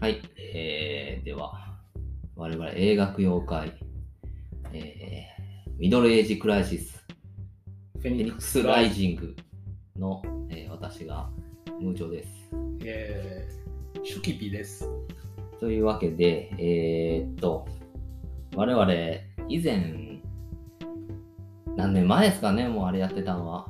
はい、えー、では、我々映学妖怪、えー、ミドルエイジクライシス、フェフェニニッッククススラライイジジングの、えー私が無常です。えー、シュキピです。というわけで、えー、っと、我々、以前、何年前ですかね、もうあれやってたのは。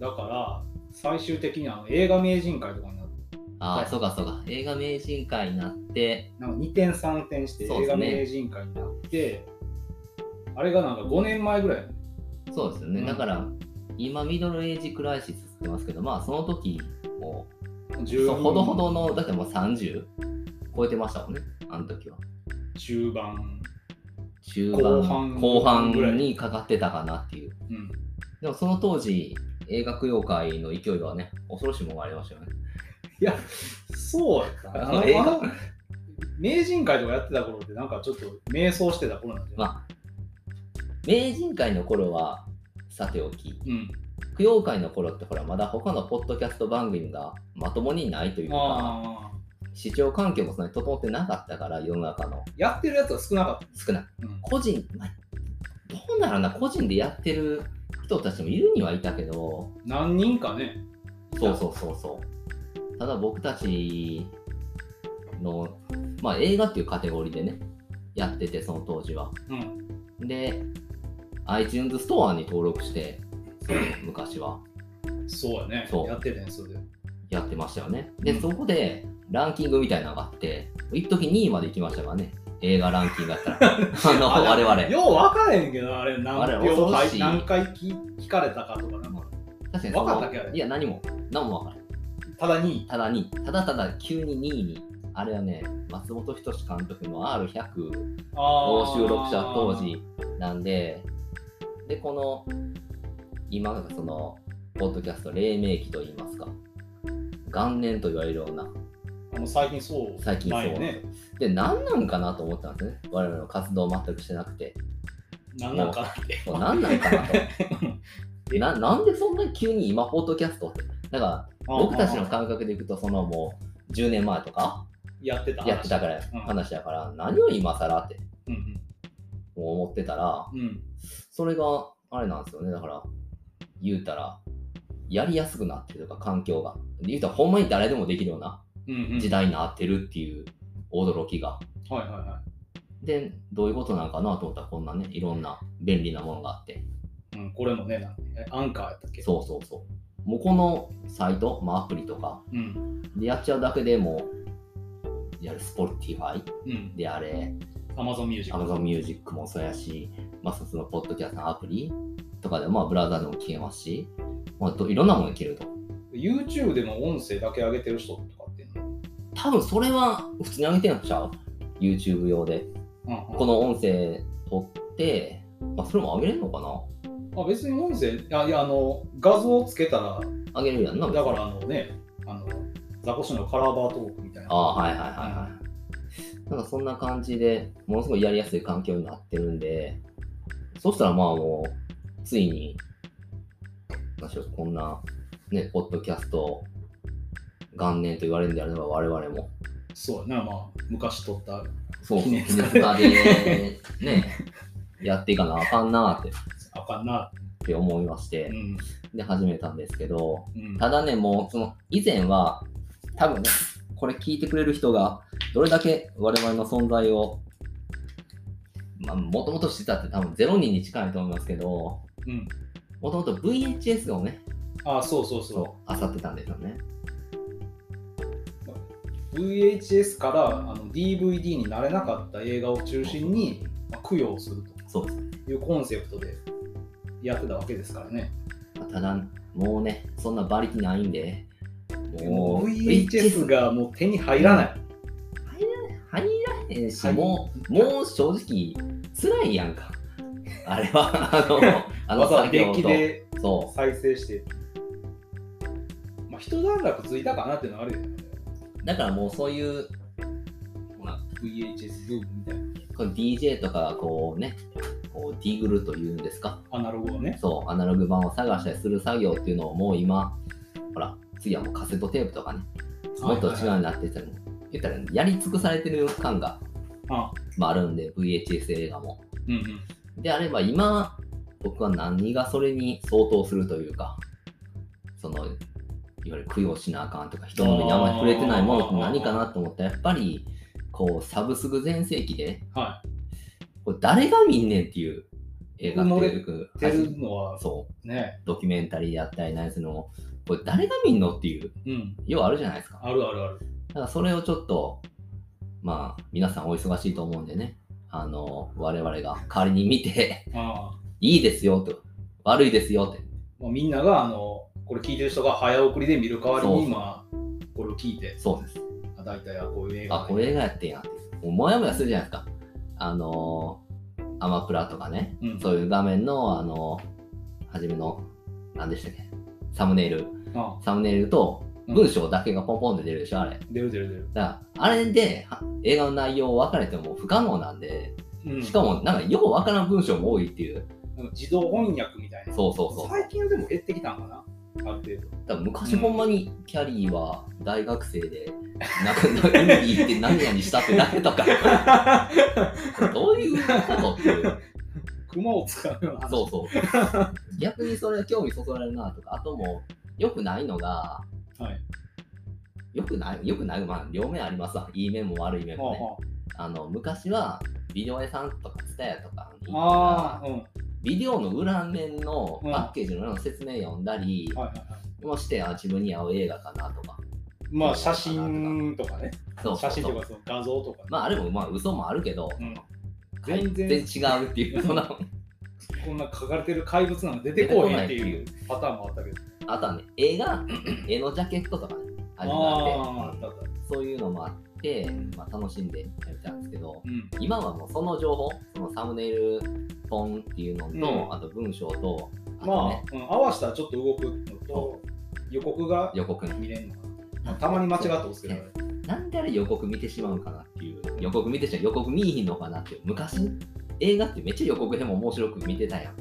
だから、最終的には映画名人会とかになって、ああ、はいそうかそうか、映画名人会になって、なんか2点3点してそうで映す画ね名人会になって、あれがなんか5年前ぐらい。そうですよね、うんだから、今、ミドルエイジクライシスって言ってますけど、まあ、その時も、 10そうほどほどの、だってもう30超えてましたもんね、あの時は。中盤。中後半盤、後ぐらい半にかかってたかなっていう。うん。でもその当時、映画妖怪の勢いはね、恐ろしいものがありましたよね。いや、そうやったね。あの、映画あの名人会とかやってた頃って、なんかちょっと迷走してた頃なんで。まあ、名人会の頃はさておき、うん。供養会の頃ってほら、まだ他のポッドキャスト番組がまともにないというか、ああ。視聴環境もそんなに整ってなかったから、世の中のやってるやつは少なかっ少ない。た。うん。個人、まあどうならな、個人でやってる人たちもいるにはいたけど、何人かね。そうそうそうそう。ただ僕たちの、まあ、映画っていうカテゴリーでね、やってて、その当時は。うん。で、iTunes ストアに登録して、その昔はそうやね。そうやってたね、それで。やってましたよね。で、うんそこでランキングみたいなのがあって、一時2位まで行きましたからね、映画ランキングだ ったら。あの、あ我々。よう分からへんけど、あれ何あれ秒恐ろし回い何回聞聞かれたかとかなんか、確かにそのわかったっけあれいや、何も、何も分からない。ただに、ただに、ただただ急に2位に、あれはね、松本人志監督の R100 あを収録した当時なんで、で、この、今がその、ポッドキャスト、黎明期といいますか、元年と言われるような、あの最近そう、最近そうないね。で、何なんかなと思ったんですね。我々の活動全くしてなくて。何なんかなって。もう何なんかなと。 ななんでそんなに急に今、ポッドキャストって。だから、僕たちの感覚でいくと、そのもう、10年前とかやってた話やってたからうん話だから、何を今更ってうん思ってたら、うんうんそれがあれなんですよねだから言うたらやりやすくなってるとか環境が言うたらほんまに誰でもできるようなうんうん時代になってるっていう驚きが、はいはいはでどういうことなのかなと思ったらこんなねいろんな便利なものがあってい。うん、これもね、なんかねアンカーやったっけそうそうそうもうこのサイト、まあ、アプリとかう。うん。でやっちゃうだけでもうやる Spotify うん。であれアマゾンミュージック。 Amazon Music もそうやし、まあ、そのポッドキャストのアプリとかでもまあブラウザでも聞けますし、まあ、どいろんなもの聞けると YouTube でも音声だけ上げてる人とかっていうの。多分それは普通に上げてるんちゃう ?YouTube 用で。うんこの音声撮って、まあ、それも上げれるのかうん、あ別に音声、いや、いやあの、画像をつけたら、な上げれるやんな。別にだからあのね、あの、ザコシのカラーバートークみたいな。ああ、はいはいはいはい。なんかそんな感じでものすごいやりやすい環境になってるんで、そしたらまあもう、ついに、なんでしょうこんな、ね、ポッドキャスト元年と言われるんであれば、我々も、そうやな、まあ、昔撮った。そう、記記念念塚塚で、ね、 やっていかなあかんなあってあかんな。って思いまして、うん。で始めたんですけど、うん。ただね、もうその以前は、多分ね、これ聞いてくれる人が、どれだけ我々の存在を、まあ、もともとしてたって多分0人に近いと思いますけど、もうん、ともと VHS をね、あそうそうそうそう、あさってたんですよね。 VHS からあの DVD になれなかった映画を中心に、まあ、供養するそうです。というコンセプトでやってたわけですからね。まあただ、もうね、そんな馬力ないんで、もう VHS がもう手に入らない。入らへんし、入もう、もう正直、辛いやんか。あれは、あ の、あわのざわざ作デ業ッキと。でそ再生して。まあ、一段落ついたかなっていうのはあるよね。う。だからもうそういう、ほら、 VHS ブームみたいな。この DJ とかがこうね、こうディグルというんですか、アナログをね。そう、アナログ版を探したりする作業っていうのをもう今、ほら、次はもうカセットテープとかね、もっと違うようになってきたりも、言ったらやり尽くされてる感があまあ、あるんで VHS 映画も。うんうん。であれば今僕は何がそれに相当するというかそのいわゆる供養しなあかんとか人の目にあんまり触れてないものって何かなと思ったらやっぱりこうサブスグ全盛期ではこれ誰が見んねんっていう映画ってよくい。てるのはそうね、ドキュメンタリーやったりなんやつのこれ誰が見んのっていううん。要はあるじゃないですか。あるあるある。だからそれをちょっと、まあ、皆さんお忙しいと思うんでね、あの、我々が仮に見て、あいいですよと、悪いですよって、あまあ、みんなが、あの、これ聞いてる人が早送りで見る代わりそうそに、うまあ、これを聞いて、そうです。あ大体はこういう映画あ、これ映画やってんやって。もうもやもやするじゃないですか。あの、アマプラとかね、うん、そういう画面の、あの、初めの、何でしたっけ、サムネイル。あサムネイルと、うん文章だけがポンポンって出るでしょ、あれ。出る出る出る。だから、あれでは映画の内容を分かれても不可能なんで、うん、しかも、なんか、よう分からん文章も多いっていう。なんか自動翻訳みたいな。そうそうそう。最近はでも減ってきたんかな、ある程度。多分昔ほんまにキャリーは大学生で、なんか、海に行って何々したってだけとか、 どういうことっていう。熊を使うような。そうそう。逆にそれは興味そそられるなとか、あともう、良くないのが、はい。良くない、良くない、まあ、両面ありますわ。いい面も悪い面もね。はあの、昔は、ビデオ屋さんとか、ツタヤとかに行ったあ、らああ、うん。はいビデオの裏面のうんパッケージの裏の説明読んだりはいはい。もして、あ自分に合う映画かなとか。まあ、写真とかね。そうそ写う真そうというか、その画像とか、まああれもまあ嘘もあるけど、うん全然全違うっていう、そのこんな書かれてる怪物なんか出てこへんっていうパターンもあったけど。あとはね、絵 が、絵のジャケットとかね、ああれがあ、ああっったあった。て、そういうのもあって、まあ、楽しんでやったんですけど、うん。今はもうその情報、そのサムネイルポンっていうのと、うんあと文章と、あとまね、あ、うん、合わせたらちょっと動くのと、予告が予告ね見れるのかな。まあたまに間違ってますけど、そうなんであれ予告見てしまうかなっていう、予告見てしまう、予告見いひんのかなっていう、昔、映画ってめっちゃ予告編も面白く見てたやん。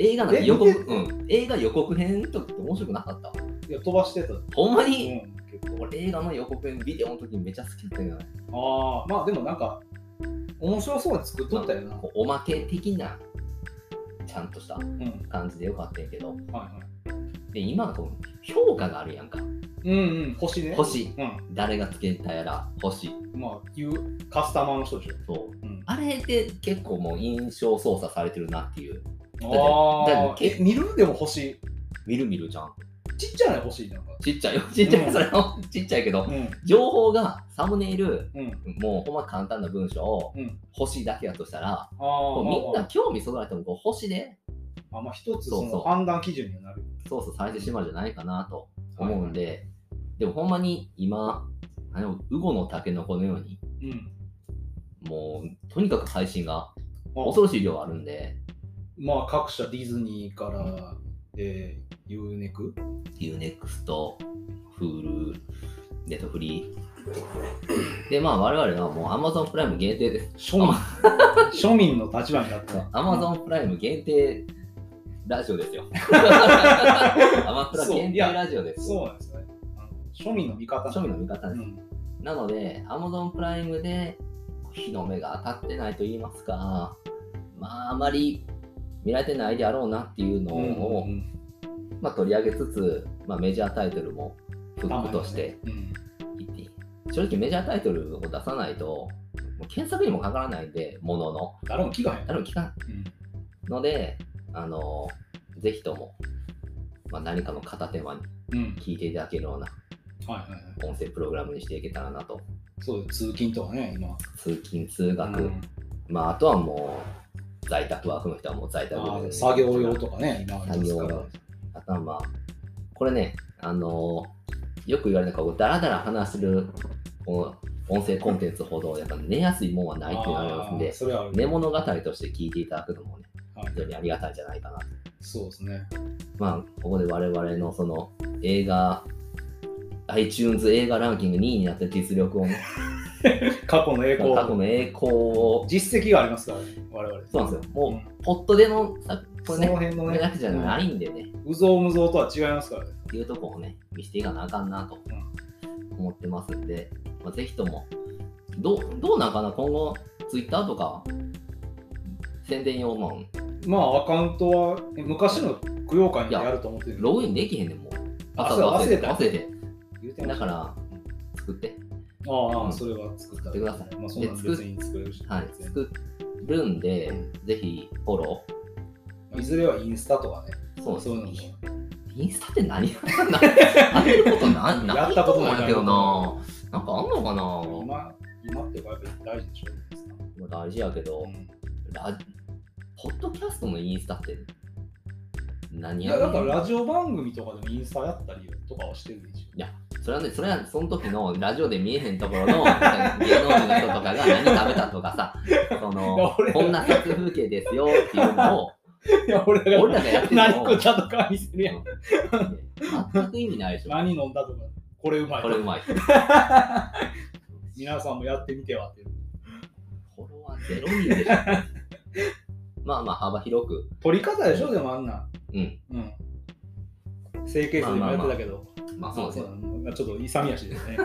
映画なんてえ予告、見てうん、映画予告編とかって面白くなかったわいや飛ばしてた。うん、ほんまに、結構。俺映画の予告編ビデオの時めちゃ好きだったけどねああ、まあでもなんか、面白そうに作っとったよな。こうおまけ的なちゃんとしたうん。はい感じでよかったんやけどはで今はこう評価があるやんかい。うんうん、星ね。。星うん。誰がつけたやら星まあ、いうカスタマーの人でしょ。そううん。あれで結構もう印象操作されてるなっていうだああっ、てえ、見るでも星。見る見るじゃんちっちゃな星なんか。ちっちゃいよちっちゃういんそれもちっちゃいけどうん。情報がサムネイルうん。もうほんま簡単な文章をうん星だけやとしたら、ああ、こうまあみんまあな興味そがれてもこう星であまあ、一つそうそそうの判断基準にはなる。操作されてしまうんじゃないかなと思うんで、でもほんまに今、あの、ウゴのタケノコのように、うん。もう、とにかく配信がまあ恐ろしい量あるんで、まあ、各社ディズニーから、えー、ユーネク UNEXT、Hulu、ネットフリー。で、まあ、我々はもう Amazon プライム限定です。庶民 庶民の立場になった。 Amazon プライム限定ラジオ ですよ。アマプラ限定ラジオです。そうなんですね。あの庶民の味方庶民の味方うです。ん、なので、Amazon プライムで日の目が当たってないと言いますか、まあ、あまり見られてないであろうなっていうのを、うんまあ、取り上げつつ、まあ、メジャータイトルもフックとして、うんいっていい正直メジャータイトルを出さないと、もう検索にもかからないんで、ものの、誰も聞かへん。誰も聞かないうんので、あのぜひとも、まあ、何かの片手間にうん、聞いていただけるようなはいはいはい。音声プログラムにしていけたらなと、そう通勤とかね、今。通勤・通学、うんまあ、あとはもう、在宅ワークの人はもう在宅あで、ー作業用とかね、今。作業用あとはまあ、これね、あのーよく言われるのが、こうだらだら話する、この音声コンテンツほど、やっぱ寝やすいもんはないって言われますんあーで、それはある寝物語として聞いていただくのもね、はい非常にありがたいんじゃないかなと。そうですね。まあ、ここで我々のその映画、iTunes 映画ランキング2位になった実力をね、過去の栄光。過去の栄光を、実績がありますからね、我々。そうなんですよ、うもんう、ポットでの、さこれそのね、辺のこれだけじゃなね、いんでね、うぞうむぞうとは違いますからね。っていうとこをね、見せていかなあかんなとうん思ってますんで、まあ、ぜひとも、どうどうなんかな、今後、ツイッターとか、宣伝用のまあアカウントはえ昔の供養会にやると思ってるログインできへんねん、もう。あそう朝忘れた忘れて。言うてまだしかたら、作って。ああ、うんそれは作った作ってくださいまあそんなんで作っ別に作れるし、はい、全然作るんで、ぜひフォロまあいずれはインスタとかね、ー。そうそういうのもインスタって何 なあれのことななやったことないんやけどな。なんかあんのかな今今ってやっぱり大事でしょ、インス大事やけタど、ラポッドキャストのインスタって何いやや、ねだんからラジオ番組とかでもインスタやったりとかはしてるでしそれはね、それはその時のラジオで見えへんところのなんか芸能人の人とかが何食べたとかさ、そ いやの俺らこんな撮風景ですよっていうのを、ょ。いや、俺ら俺がらがやってる 何の食ったとか見せるやん。うん全く意味ないでしょ。何飲んだとか、これうまいことれうか。まい。 皆さんもやってみてはっていう。フォロワーゼロ人でしょ。まあまあ幅広く。取り方でしょ、でもあんな。うん。うん。整形数でもやってたけど、まあそうですだよ。まあちょっと勇み 足ですね。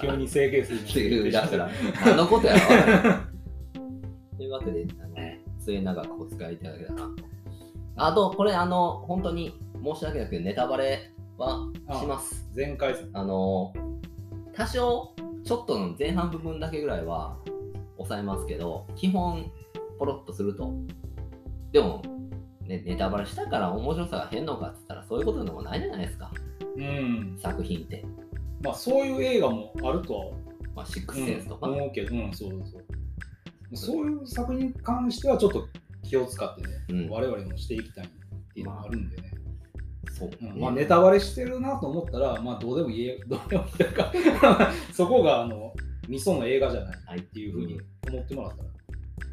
急に整形数にっていうだから、何のことやろ。というわけで、あの末永くお使いいただけたらなと。あと、これ、あの、本当に申し訳なくネタバレはします。前回、あの、多少、ちょっとの前半部分だけぐらいは抑えますけど、基本、ポロッとすると。でも、ね、ネタバレしたから面白さが変のかって言ったら、そういうことでもないじゃないですか、うん。作品って。まあそういう映画もあるとはまあ、シックスセンスとか。うん思うけど、うん、そうそうそう。そういう作品に関してはちょっと気を使ってね、うん我々もしていきたいっていうのがあるんでね。そう、うんまあネタバレしてるなと思ったら、まあどうでも言え、 どうでもいいというか、そこがあの、みその映画じゃないはいっっていうふうに思ってもらったら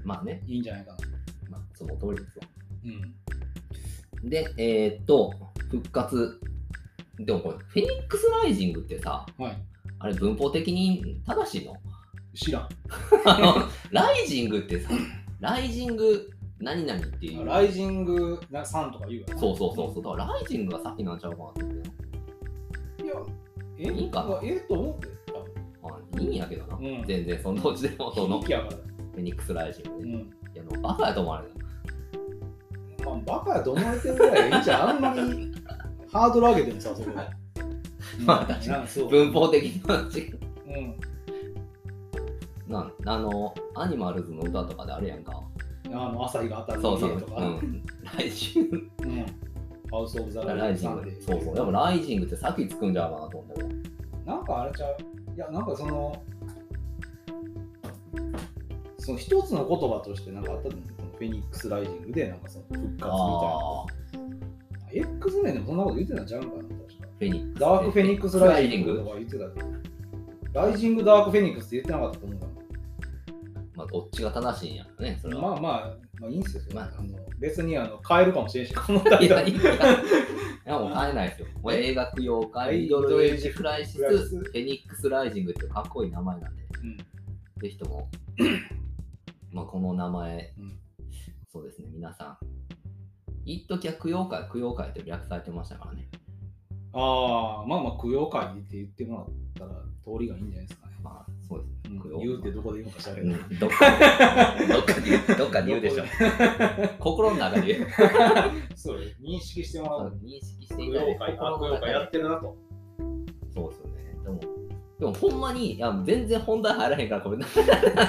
まあね、いいんじゃないかな。まあ、その通りですよ。うん。で、えーっと、復活。でもこれ、フェニックスライジングってさ、はい。あれ文法的に正しいの知らん。 あの、ライジングってさ、ライジング何々っていう。ライジングなさんとか言うよなそうそうそうそう。だからライジングが先なんちゃうかなって思うけいや、えいいかなええと思ってた。ど。まあ、いいんやけどな。うん全然、そのどっちでも、その響きやから。フェニックスライジンうグね。ん。いや、もうバカやと思われる。まあ、バカやと思われてるぐらいいいじゃん。あんまりハードル上げてもさ、そこ。まあ確かになんそう文法的には違う。うん。なんあの、アニマルズの歌とかであるやんか。あの、朝日が当たるそうそう。とうか。ん。ライジン グ。うんハウス・オブ・ザ・ラライイジジンンググ。そうそう。でもライジングって先つくんじゃうかなと思う。なんかあれちゃう。いや、なんかその、その一つの言葉としてなんかあったと思うこのフェニックス・ライジングで、なんかその復活みたいあな。X メンでもそんなこと言ってたんちゃうんかな、確か。あ、フェニックス。ダーク・フェニックス・ライジングとか言ってた。ライジング・ダーク・フェニックスって言ってなかったと思うから。まあ、どっちが正しいんやろね、それは。まあまあ、まあいいんですよ。まああの別にあの変えるかもしれんし、この度いや、いやいや、もう変えないですよ。もう映画供養会、ミドルエイジクライシス、クライシスフェニックスライジングっていうかっこいい名前なんで、うんぜひとも、まあこの名前、うんそうですね、皆さん、一時は供養会、供養会って略されてましたからね。ああ、まあまあ、供養会って言ってもらったら通りがいいんじゃないですかね。まあ、そうですね。供養うん、言うてどこで言うのかしらうべる。んどっかで、どっかで、 どっかで言うでしょ。心の中で言う。そうよ認識してもらう。認識して供いただい養て、会、あ心供の養中会やでっ。てるなと。そうですよね。でも、でもほんまに、いや全然本題入らへんから、これ、なんで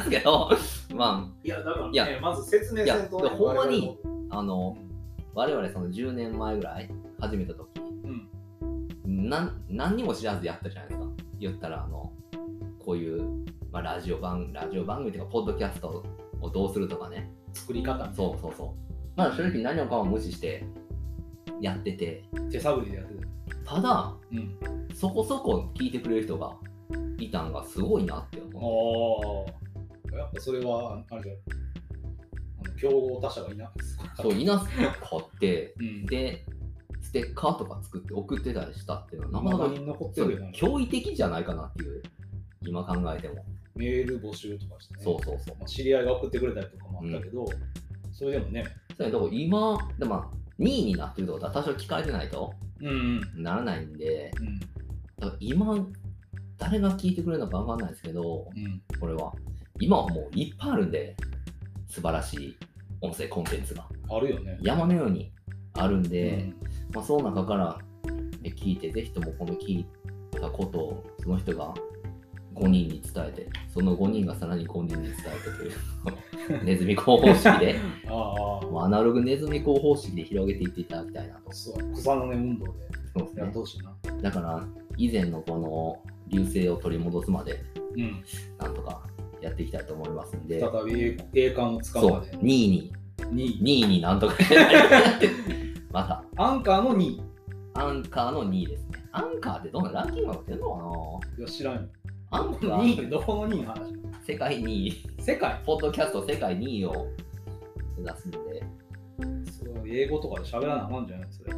すけど、まいや、だからいやね、まず説明せんといやね。でもほんまに我々も。あ、あの、我々その10年前ぐらい、始めた時、うんなん何にも知らずやったじゃないですか。言ったら、あの、こういう、まあ、ラジオ番ラジオ番組というか、ポッドキャストをどうするとかね。作り方みたいそうそうそう。まあ、正直何もかも無視してやってて、な手探りでやってる。ただ、うん。そこそこ聞いてくれる人がいたんがすごいなって思う。ああ。やっぱそれは、あれじゃん。あの競合他社がいないですから。そう、いなす買って、うん。で、ステッカーとか作って送ってたりしたっていうのは、なまかだなかに残ってそるような。驚異的じゃないかなっていう、今考えても。メール募集とかしてね。そうそうそう。まあ、知り合いが送ってくれたりとかもあったけど、それでもね、それだから今、でまあ、2位になってるってことは多少聞かれてないとうんうんならないんで、うん、だから今、誰が聞いてくれるのかわかんないですけど、うん。これは。今はもういっぱいあるんで、素晴らしい音声コンテンツが。あるよね。山のようにあるんで、うんまあ、その中からえ聞いて、ぜひともこの聞いたことをその人が5人に伝えて、その5人がさらに5人に伝えてという ネズミ工法式 で、あああもうアナログネズミ工法式で広げていっていただきたいなとあ、。そう、草の根運動でそうですやっねて。ほしいな。だから、以前のこの流星を取り戻すまで、うん。なんとかやっていきたいと思いますんで、再び栄栄冠をつかむそまう、で2位。に、に2位になんとかやりたいなって また、アンカーの2位。アンカーの2位ですね。アンカーってどんなランキングが出るのいや、知らんよ。かなアンカ2位ー、ってどこの2位の話世界2位、 世界ポッドキャスト世界2位を目指すんで、そう英語とかで喋らなあかんじゃないそれ。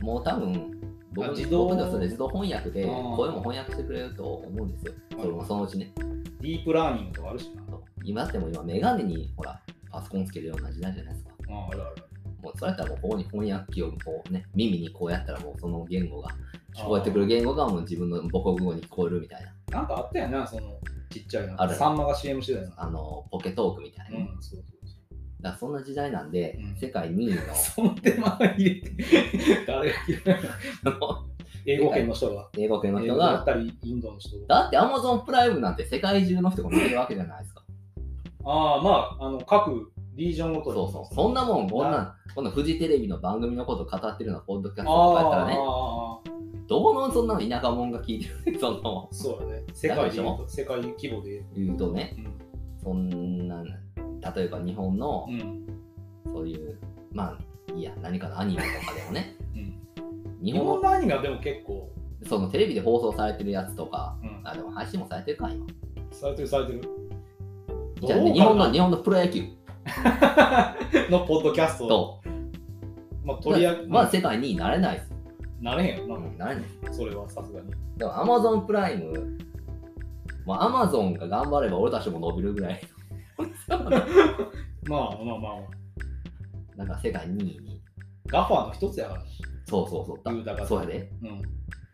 もう多分、僕あ自自動僕動のそれ自動翻訳であー声も翻訳してくれると思うんですよ。それもそのうちね。ディープラーニングとかあるしな。今でも今、メガネにほら、パソコンつけるような時代じゃないですか。ああ、あるある。もうそれやったらもうここに翻訳機をこうね、耳にこうやったらもうその言語が、聞こえてくる言語がもう自分の母国語に聞こえるみたいな、なんかあったよな、そのちっちゃいあな。るサンマが CM してたよな。あの、ポケトークみたいな。うん、そうそうそう。だからそんな時代なんで、うん世界2位の その手間を入れて、 誰が入れるあの英語圏の人が。英語圏の英人語だっが、たり、インドの人が。だって Amazon プライムなんて世界中の人が見てるわけじゃないですか。ああ、まあ、あの各リージョンごとそうにそう。そんなもん、こんあなん、こんなフジテレビの番組のこと語ってるのポッドキャストとかやったらあ、ね、どうのそんなの田舎者が聞いて るその、そうだね。世界で言うと、世界規模で。言うとね、うん。そんな、例えば日本のう、ん。そういう、まあ、いいや、何かのアニメとかでも ね、うん、日日本本の、のアニメはでも結構、そのテレビで放送されてるやつとか、うん、あ、でも配信もされてるか、今。されてるされてる。じゃあね、どう日本かの、日本のプロ野球な のポッドキャストを、と、まあ、取り上げ、まあ世界2位になれないです。なれへんよな、うんなれない。それはさすがに。でも Amazon プライム、まあ、Amazon が頑張れば俺たちも伸びるぐらい。 まあまあまあ、まあ、なんか世界2位に。ガファーの一つやから。そうそうそう。言うたかだらそうやで。うん。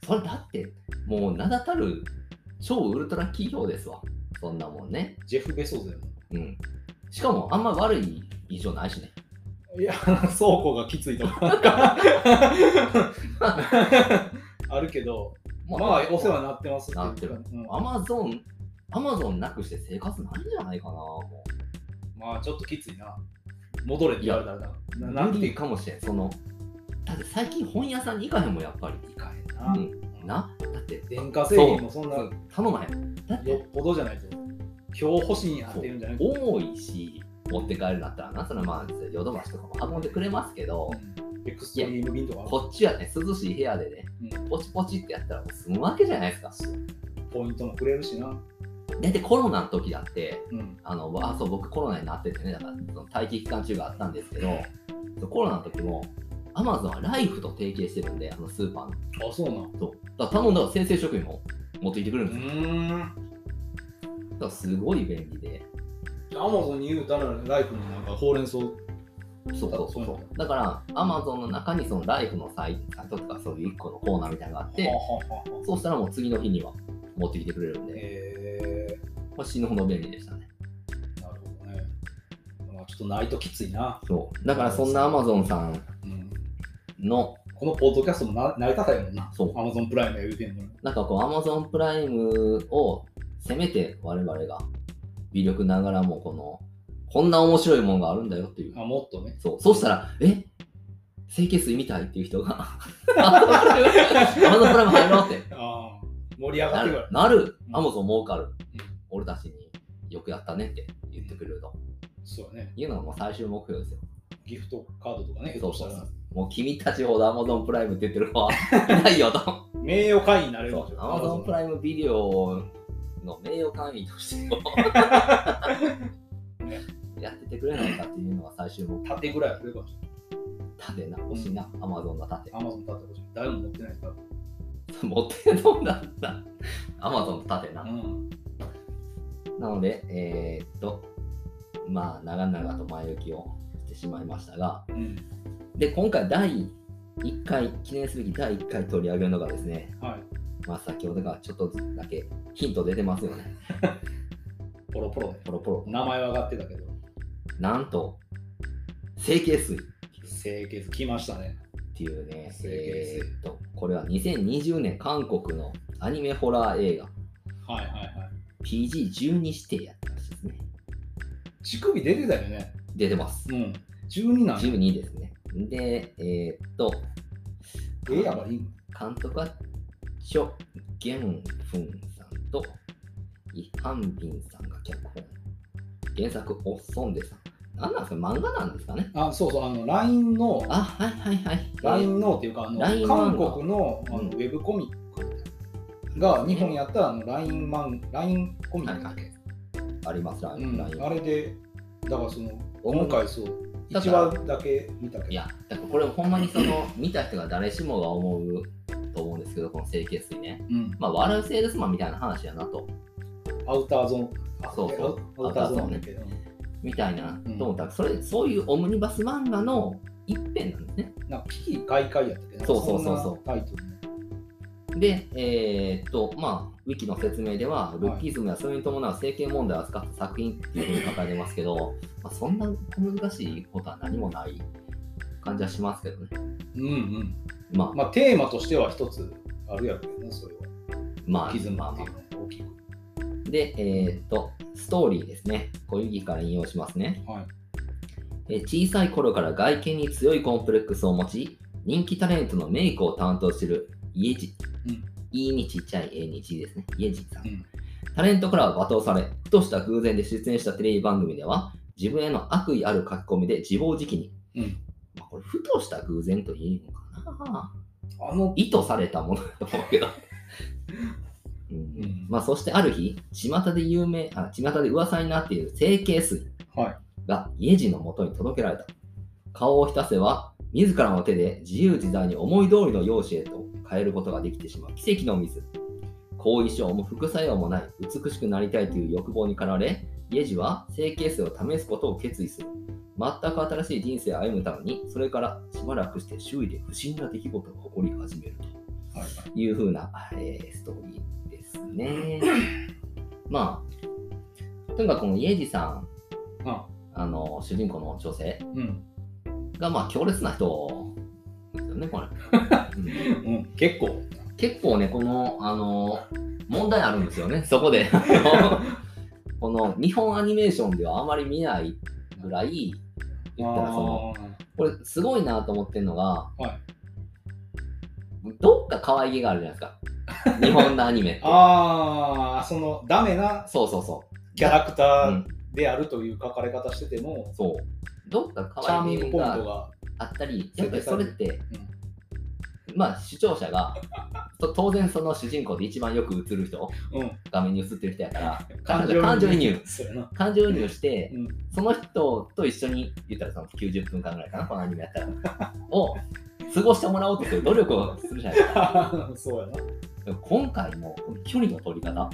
それだって、もう名だたる超ウルトラ企業ですわ。そんなもんね。ジェフ・ベソズやもん。うん。しかもあんま悪い印象ないしね。いや、倉庫がきついとか、なんか あるけど、まあ、お世話になってますなってるうんアマゾン、アマゾンなくして生活ないんじゃないかな。もまあ、ちょっときついな。戻れって言われたらうな。ななん無てい理うか、かもしれん。その、だって最近本屋さんに行かへんもん、やっぱり。いかへんうな。んなだって、電化製品もそんな、そよう頼まへん。だってっぽどじゃないと。今日欲しいに合ってるんじゃない重いし、持って帰るんだったらな、それはまあ、ヨドバシとかも運んでくれますけど、エクストリーム便とかあるこっちはね、涼しい部屋でね、うんポチポチってやったらもう済むわけじゃないですか。ポイントもくれるしな。大体コロナの時だって、うん。あの、あ、そう、僕コロナになっててね、だからその待機期間中があったんですけど、そうコロナの時も、アマゾンはライフと提携してるんで、あのスーパーの。あ、そうなん。うそう。だから頼んだら先生職員も持ってきてくれるんですよ。ーだん。からすごい便利で。アマゾンに言うたら、ライフのなんか、ほうれん草。そうそうそうそう。だから、アマゾンの中にそのライフのサイトとか、そういう1個のコーナーみたいなのがあっては、あはあはあそうしたらもう次の日には持ってきてくれるんで、へえまあ、死ぬほど便利でしたね。なるほどね。まあ、ちょっとないときついな。そう。だからそんなアマゾンさんうん、の、このポッドキャストもな成り立たへんもんな。そう。アマゾンプライムが言うてんのに。なんかこう、アマゾンプライムをせめて我々が微力ながらも、この、こんな面白いもんがあるんだよっていう。あもっ とね。そう。そうしたら、え整形水みたいっていう人が、アマゾンプライム入ろうって。ああ、盛り上がなってくるる。なるうんアマゾン儲かるうん。俺たちによくやったねって言ってくれるとそうだね。いうのがもう最終目標ですよ。ギフトカードとかね、ひょそっうとしそたうら。もう君たちほど Amazon プライムって言ってる子はいないよと。名誉会員になれるでしょ Amazon プライムビデオの名誉会員としてもねやっててくれないかっていうのが最終目標。縦ぐらいはくれるかもしれない。縦な、欲しいな、Amazon が縦。アマゾン縦欲しい。誰も持ってないから。持ってるのなんだ。Amazon と縦なう。ん。なので、えーっと、まあ、長々と前置きをしてしまいましたが、うん。で、今回第1回、記念すべき第1回取り上げるのがですね、はい。まあ先ほどがちょっとずつだけヒント出てますよね。ポロポロで。ポロポロ。名前は上がってたけど、なんと、成形水っ清潔、来ましたね。ていうね、成形え水ーっと、これは2020年韓国のアニメホラー映画、はいはいはい。 PG12 指定やったらしいですね。乳首出てたよね。出てますう。ん。12なんや。 12ですね。で、えーっと、ええやばいいの。監督はチョ・ギェンフンさんとイ・ハンビンさんが脚本。原作、オ・ソンデさん。何なんですか漫画なんですかねあ、そうそう、あの、LINE の、あ、はいはいはい。 LINE のっていうか、あの LINE 漫韓画国のあの、うんウェブコミックが日本やったらあの LINE マン、LINE コミックだっけ、あります、う LINE。ん LINE あれで、だからその、音今楽回そう、だ1から話だけ見たけど。いや、だからこれほんまにその、見た人が誰しもが思うと思うんですけど、この整形水ね。うん、まあ、笑うセールスマンみたいな話やなと。アウターゾーン。あそうそうアウターゾーンだけど、みたいなと思ったら、それ、そういうオムニバス漫画の一編なんですね。なんか、危機開会やったっけど、そうそうそうそうそんなタイトルねで、えーっと、まあ、ウィキの説明では、ルッキズムやそれに伴う政権問題を扱った作品っていうふうに書かれてますけど、まあ、そんな難しいことは何もない感じはしますけどね。うんうん。まあ、まあ、テーマとしては一つあるやろうけどな、それは。まあ、キズまマあってまいあう。のが大きく。で、えーっと、ストーリーですね。小雪から引用しますね。はい。えー小さい頃から外見に強いコンプレックスを持ち、人気タレントのメイクを担当するイエジ。うんイにちっちゃい A にちですね。イエジさん。うんタレントからは罵倒され、ふとした偶然で出演したテレビ番組では、自分への悪意ある書き込みで自暴自棄に。うんまあ、これ、ふとした偶然といいのかな。あの、意図されたものだと思うけど。うんうんまあ、そしてある日、巷で有名、あ、巷で噂になっている整形水。はい。が家路のもとに届けられた。顔を浸せは、自らの手で自由自在に思い通りの容姿へと変えることができてしまう奇跡の水。後遺症も副作用もない、美しくなりたいという欲望に駆られ、家路は整形数を試すことを決意する。全く新しい人生を歩むために、それからしばらくして周囲で不審な出来事が起こり始めるはいはいというふうな、えーストーリーですね。 まあ、とにかくこの家路さんああの主人公の女性うんがまあ強烈な人ですよね、 これ。うんうん、結構。結構ね、この、あの問題あるんですよね、そこ で。あのこの日本アニメーションではあまり見ないぐらい、言ったらその、これすごいなと思ってるのが、はどっか可愛げがあるじゃないですか、日本のアニメ って。あーあー、そのダメなそうそうそう。キャラクタうーんであるという書かれ方してても、そう。どっかチャ可ー愛ミンげグポイントがが。あったり、やっぱりそれって、まあ視聴者が、と当然その主人公で一番よく映る人、うん、画面に映ってる人やから、感情移入。そうやな。感情移入して、うんその人と一緒に、言ったらその90分間ぐらいかな、このアニメやったら、を過ごしてもらおうとする努力をするじゃないですか。そうやな。 でも今回のこの距離の取り 方、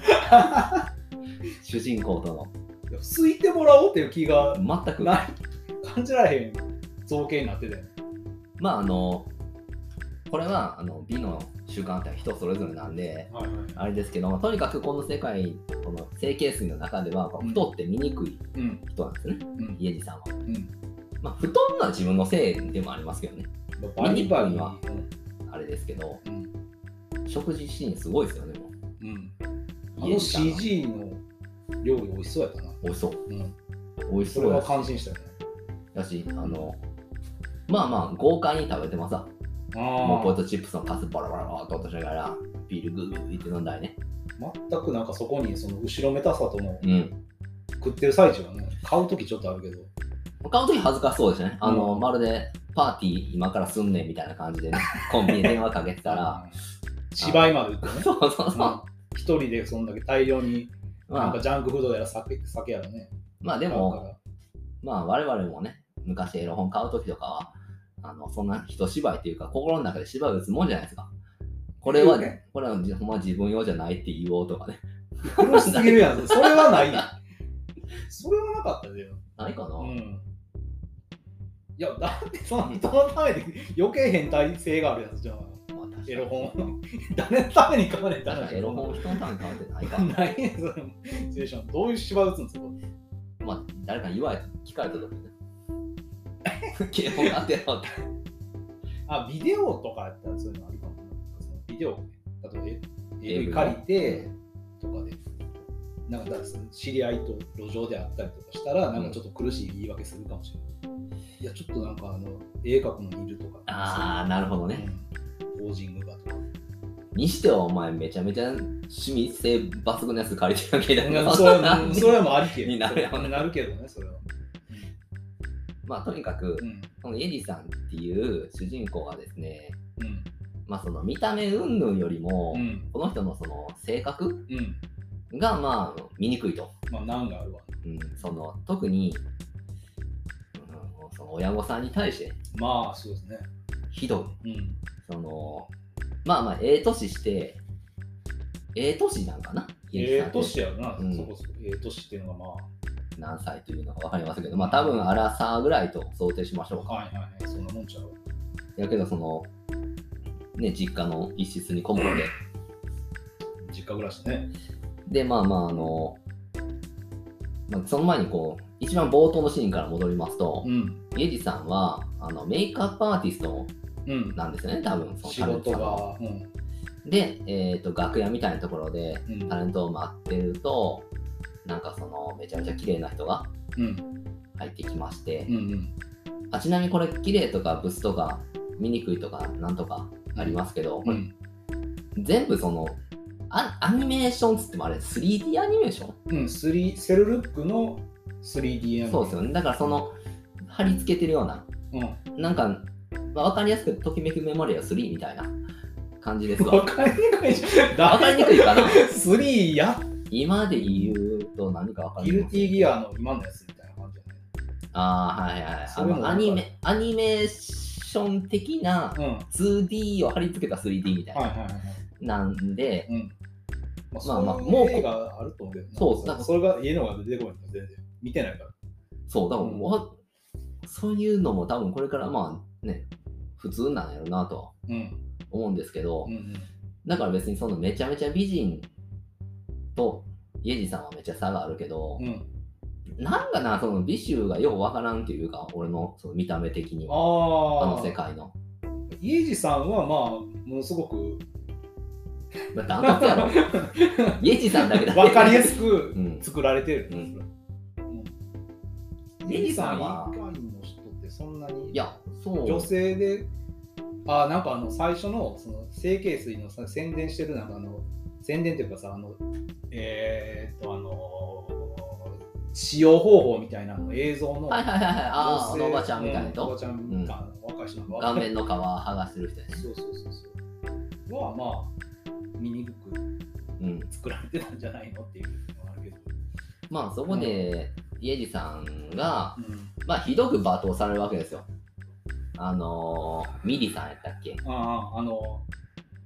主人公といやすいてもらおうっていう気がの、全く、まない、感じられへん造形になってて。ああの、これはあの美の習慣って人それぞれなんで、はいはい。あれですけど、とにかくこの世界、この整形水の中では、こううん太って醜いうん、人なんですね、うん。家路さんは。んまあ、太るのは自分のせいでもありますけどね、バリバリはは。あれですけど。うん。食事シーンすごいですよね、もう。うん。あの CG の料理美味しそうやったな。美味しそう。うん。美味しそそれうはやし感心したよね。だし、あの、まあまあ、豪快に食べてますわ。あもうポーテトチップスのカスバラバラバラっと落としながら、ビールグーグーって飲んだりね。全くなんかそこにその後ろめたさとのうん。食ってる最中はね、買うときちょっとあるけど、買うとき恥ずかしそうでしたね。あの、うんまるで、パーティー今からすんねんみたいな感じ でね、コンビニで電話かけてたら、うん、芝居まで行ってね、そうそうそう。うん一人でそんだけ大量に、なんまかあ、ジャンクフードやら酒酒やらね、まあででも、まあ我々もね、昔エロ本買うときとかは、あの、そんな人芝居っていうか、心の中で芝居打つもんじゃないですか。これは、いいよねこれはほんま自分用じゃないって言おうとかね。苦しすぎるや ん、それはない。それはなかったでよ。ないかな、うん。いや、だってその人のためで余計変態性があるやつじゃん。まあ確エロ本。 誰のために書かれたなんかエロ本人のために買われてないか。 ないね、そのシチュエーション。どういう芝打つんですかまあ、誰かに言われた、聞かれた時 にね。警報があってやろうって。あ、ビデオとかやったらそういうのあるかも。そのビデオ、例えば AV 借りてとかで、なんかだからその知り合いと路上で会ったりとかしたら、なんかちょっと苦しい言い訳するかもしれない。いや、ちょっとなんかあの、絵描くのいるとか。ああ、なるほどあね。。ポージングがと か。にしてはお前めちゃめちゃ趣味性抜群のやつ借りてるわけだいかやら。それはそれもありけど。になるやろそれもなるけどね、それは。まあ、とにかくう、ん。このエリさんっていう主人公がですね、うん。まあ、その見た目云々よりも、うん。この人のその性格うん。がまあ醜いと、まあ、難があるわ。うん、その特に、うん、その親御さんに対してまあ、そうですね。ひどいうん。そのまあまあええ年してええ年なんかなええって年やろな、うんそこそこ。ええ年っていうのがま何歳というのか分かりませんけどまあ多分アラサーぐらいと想定しましょうあ、かはいはいはい、そんなもんちゃう。やけどそのね実家の一室にこもって実家暮らしね。でまあまああの、まあ、その前にこう一番冒頭のシーンから戻りますと、うん。イエリさんはあのメイクアップアーティストうん。なんですよね、多分その仕タ事レントさんのが、うん。で、えーと、楽屋みたいなところでうんタレントを待ってると、なんかそのめちゃめちゃ綺麗な人がうん。入ってきまして、うん。うん。あちなみにこれ、綺麗とかブスとか醜いとかなんとかありますけど、こうれん。全部そのアアニメーションっつってもあれ、3D アニメーション、うん。スリーセルルックの 3D そうですよ。よね。だからその貼り付けてるような、なんか、まあ、分かりやすくときめくメモリア3みたいな感じですうん。わ。わかりにくいじゃん。わかりにくいかな3やっ今で言うと何か分かギるルティギアの今のやつみたいな感じじああはいはいそあれものアニメアニメーション的なゃないうん。はい 2D を貼り付けた 3D みたいな、はいはいはい。なんでうん。ままあまあもう映画あると思うけどなそうなんかそれが家の方が出てこないから全然見てないから。そうだからもううわそういうのも多分これからまあね普通なんやろうなとはうん。思うんですけど、うんうん。だから別にそのめちゃめちゃ美人とイエジさんはめっちゃ差があるけど、うん、なんかなその美醜がようわからんっていうか俺のその見た目的にあはああの世界のイエジさんはまあものすごくだってあんたつや ろイエジさんだけだって分かりやすくうん作られてる、ううんイエジさん以外の人ってそんなにいや、そう。女性であなんかあの最初のその整形水のさ宣伝してるなんかあの宣伝っていうかさあのえー、っとあの使用方法みたいなの映像のはいはいはいはい。ああ、女お性ばちゃんみたいなうおばと。ちゃんか、若い人の顔面の皮剥がしてる人やね。そうそうそうそうはまあ醜くうん。作られてたんじゃないのっていうのはあるけど、まあそこで、イエジさんが、うん、まあひどく罵倒されるわけですよ。あのー、ミリさんやったっけあああの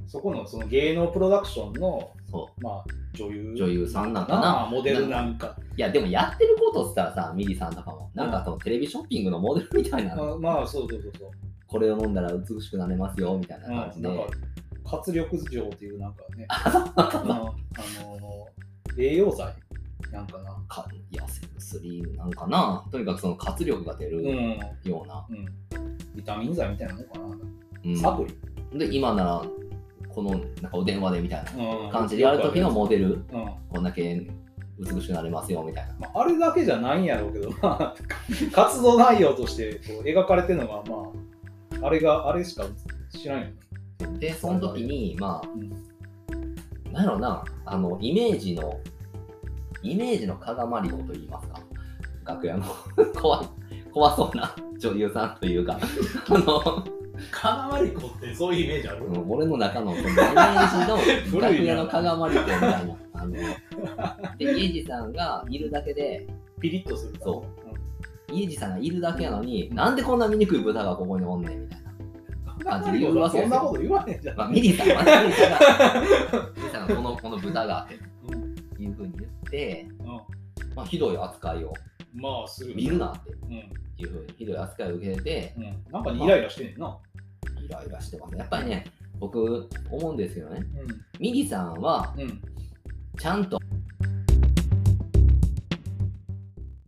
そこのその芸能プロダクションの、そまあ、女優う。女優さんなんかな。あモデルなんかいや、でもやってることっつったらさ、ミリさんとかも、なんかそのテレビショッピングのモデルみたいな、あまあそうそうそうそう、これを飲んだら美しくなれますよ、みたいなうん、なん感かじで。活力錠っていうなんかね あのあの栄養剤なんかなかいや、セブスリーなんかな。とにかくその活力が出うるん、ような。うん、ビタミン剤みたいなのかな、うんサプリ、で、今なら、この、なんかお電話でみたいなうん、感じでやるときのモデル、うんこんだけ美しくなれますよ、みたいな。まあ、あれだけじゃないんやろうけど、まあ、活動内容としてこう描かれてるのは、まあ、あれが、あれしか知らんよね。で、その時に、まあ、うんなんやろな、あの、イメージの、イメージの加賀まりこと言いますか、楽屋の 怖い、怖そうな女優さんというか、 あの、かなまりこってそういうイメージあるうん俺の中のそのイメージの 古楽いな屋の加賀まりこみたいな。あので、イエジさんがいるだけで、ピリッとするから。そイエジさんがいるだけやのに、なんでこんな醜い豚がここにおんねんみたいな。うん。かなまりこはそんなこと言わねえじゃん。まあ、ミリーさんはね、ミリーさんが、ミリーさんがこのこの豚がってうんいうふうに言って、うんまあ、ひどい扱いを、まあ、するよね見るなっうん。ていうふうに、ひどい扱いを受けて、うん。なんかにイライラしてんねんな。イライラしてますね。やっぱりね、僕思うんですけどねミリさんはうん。うん。ちゃんと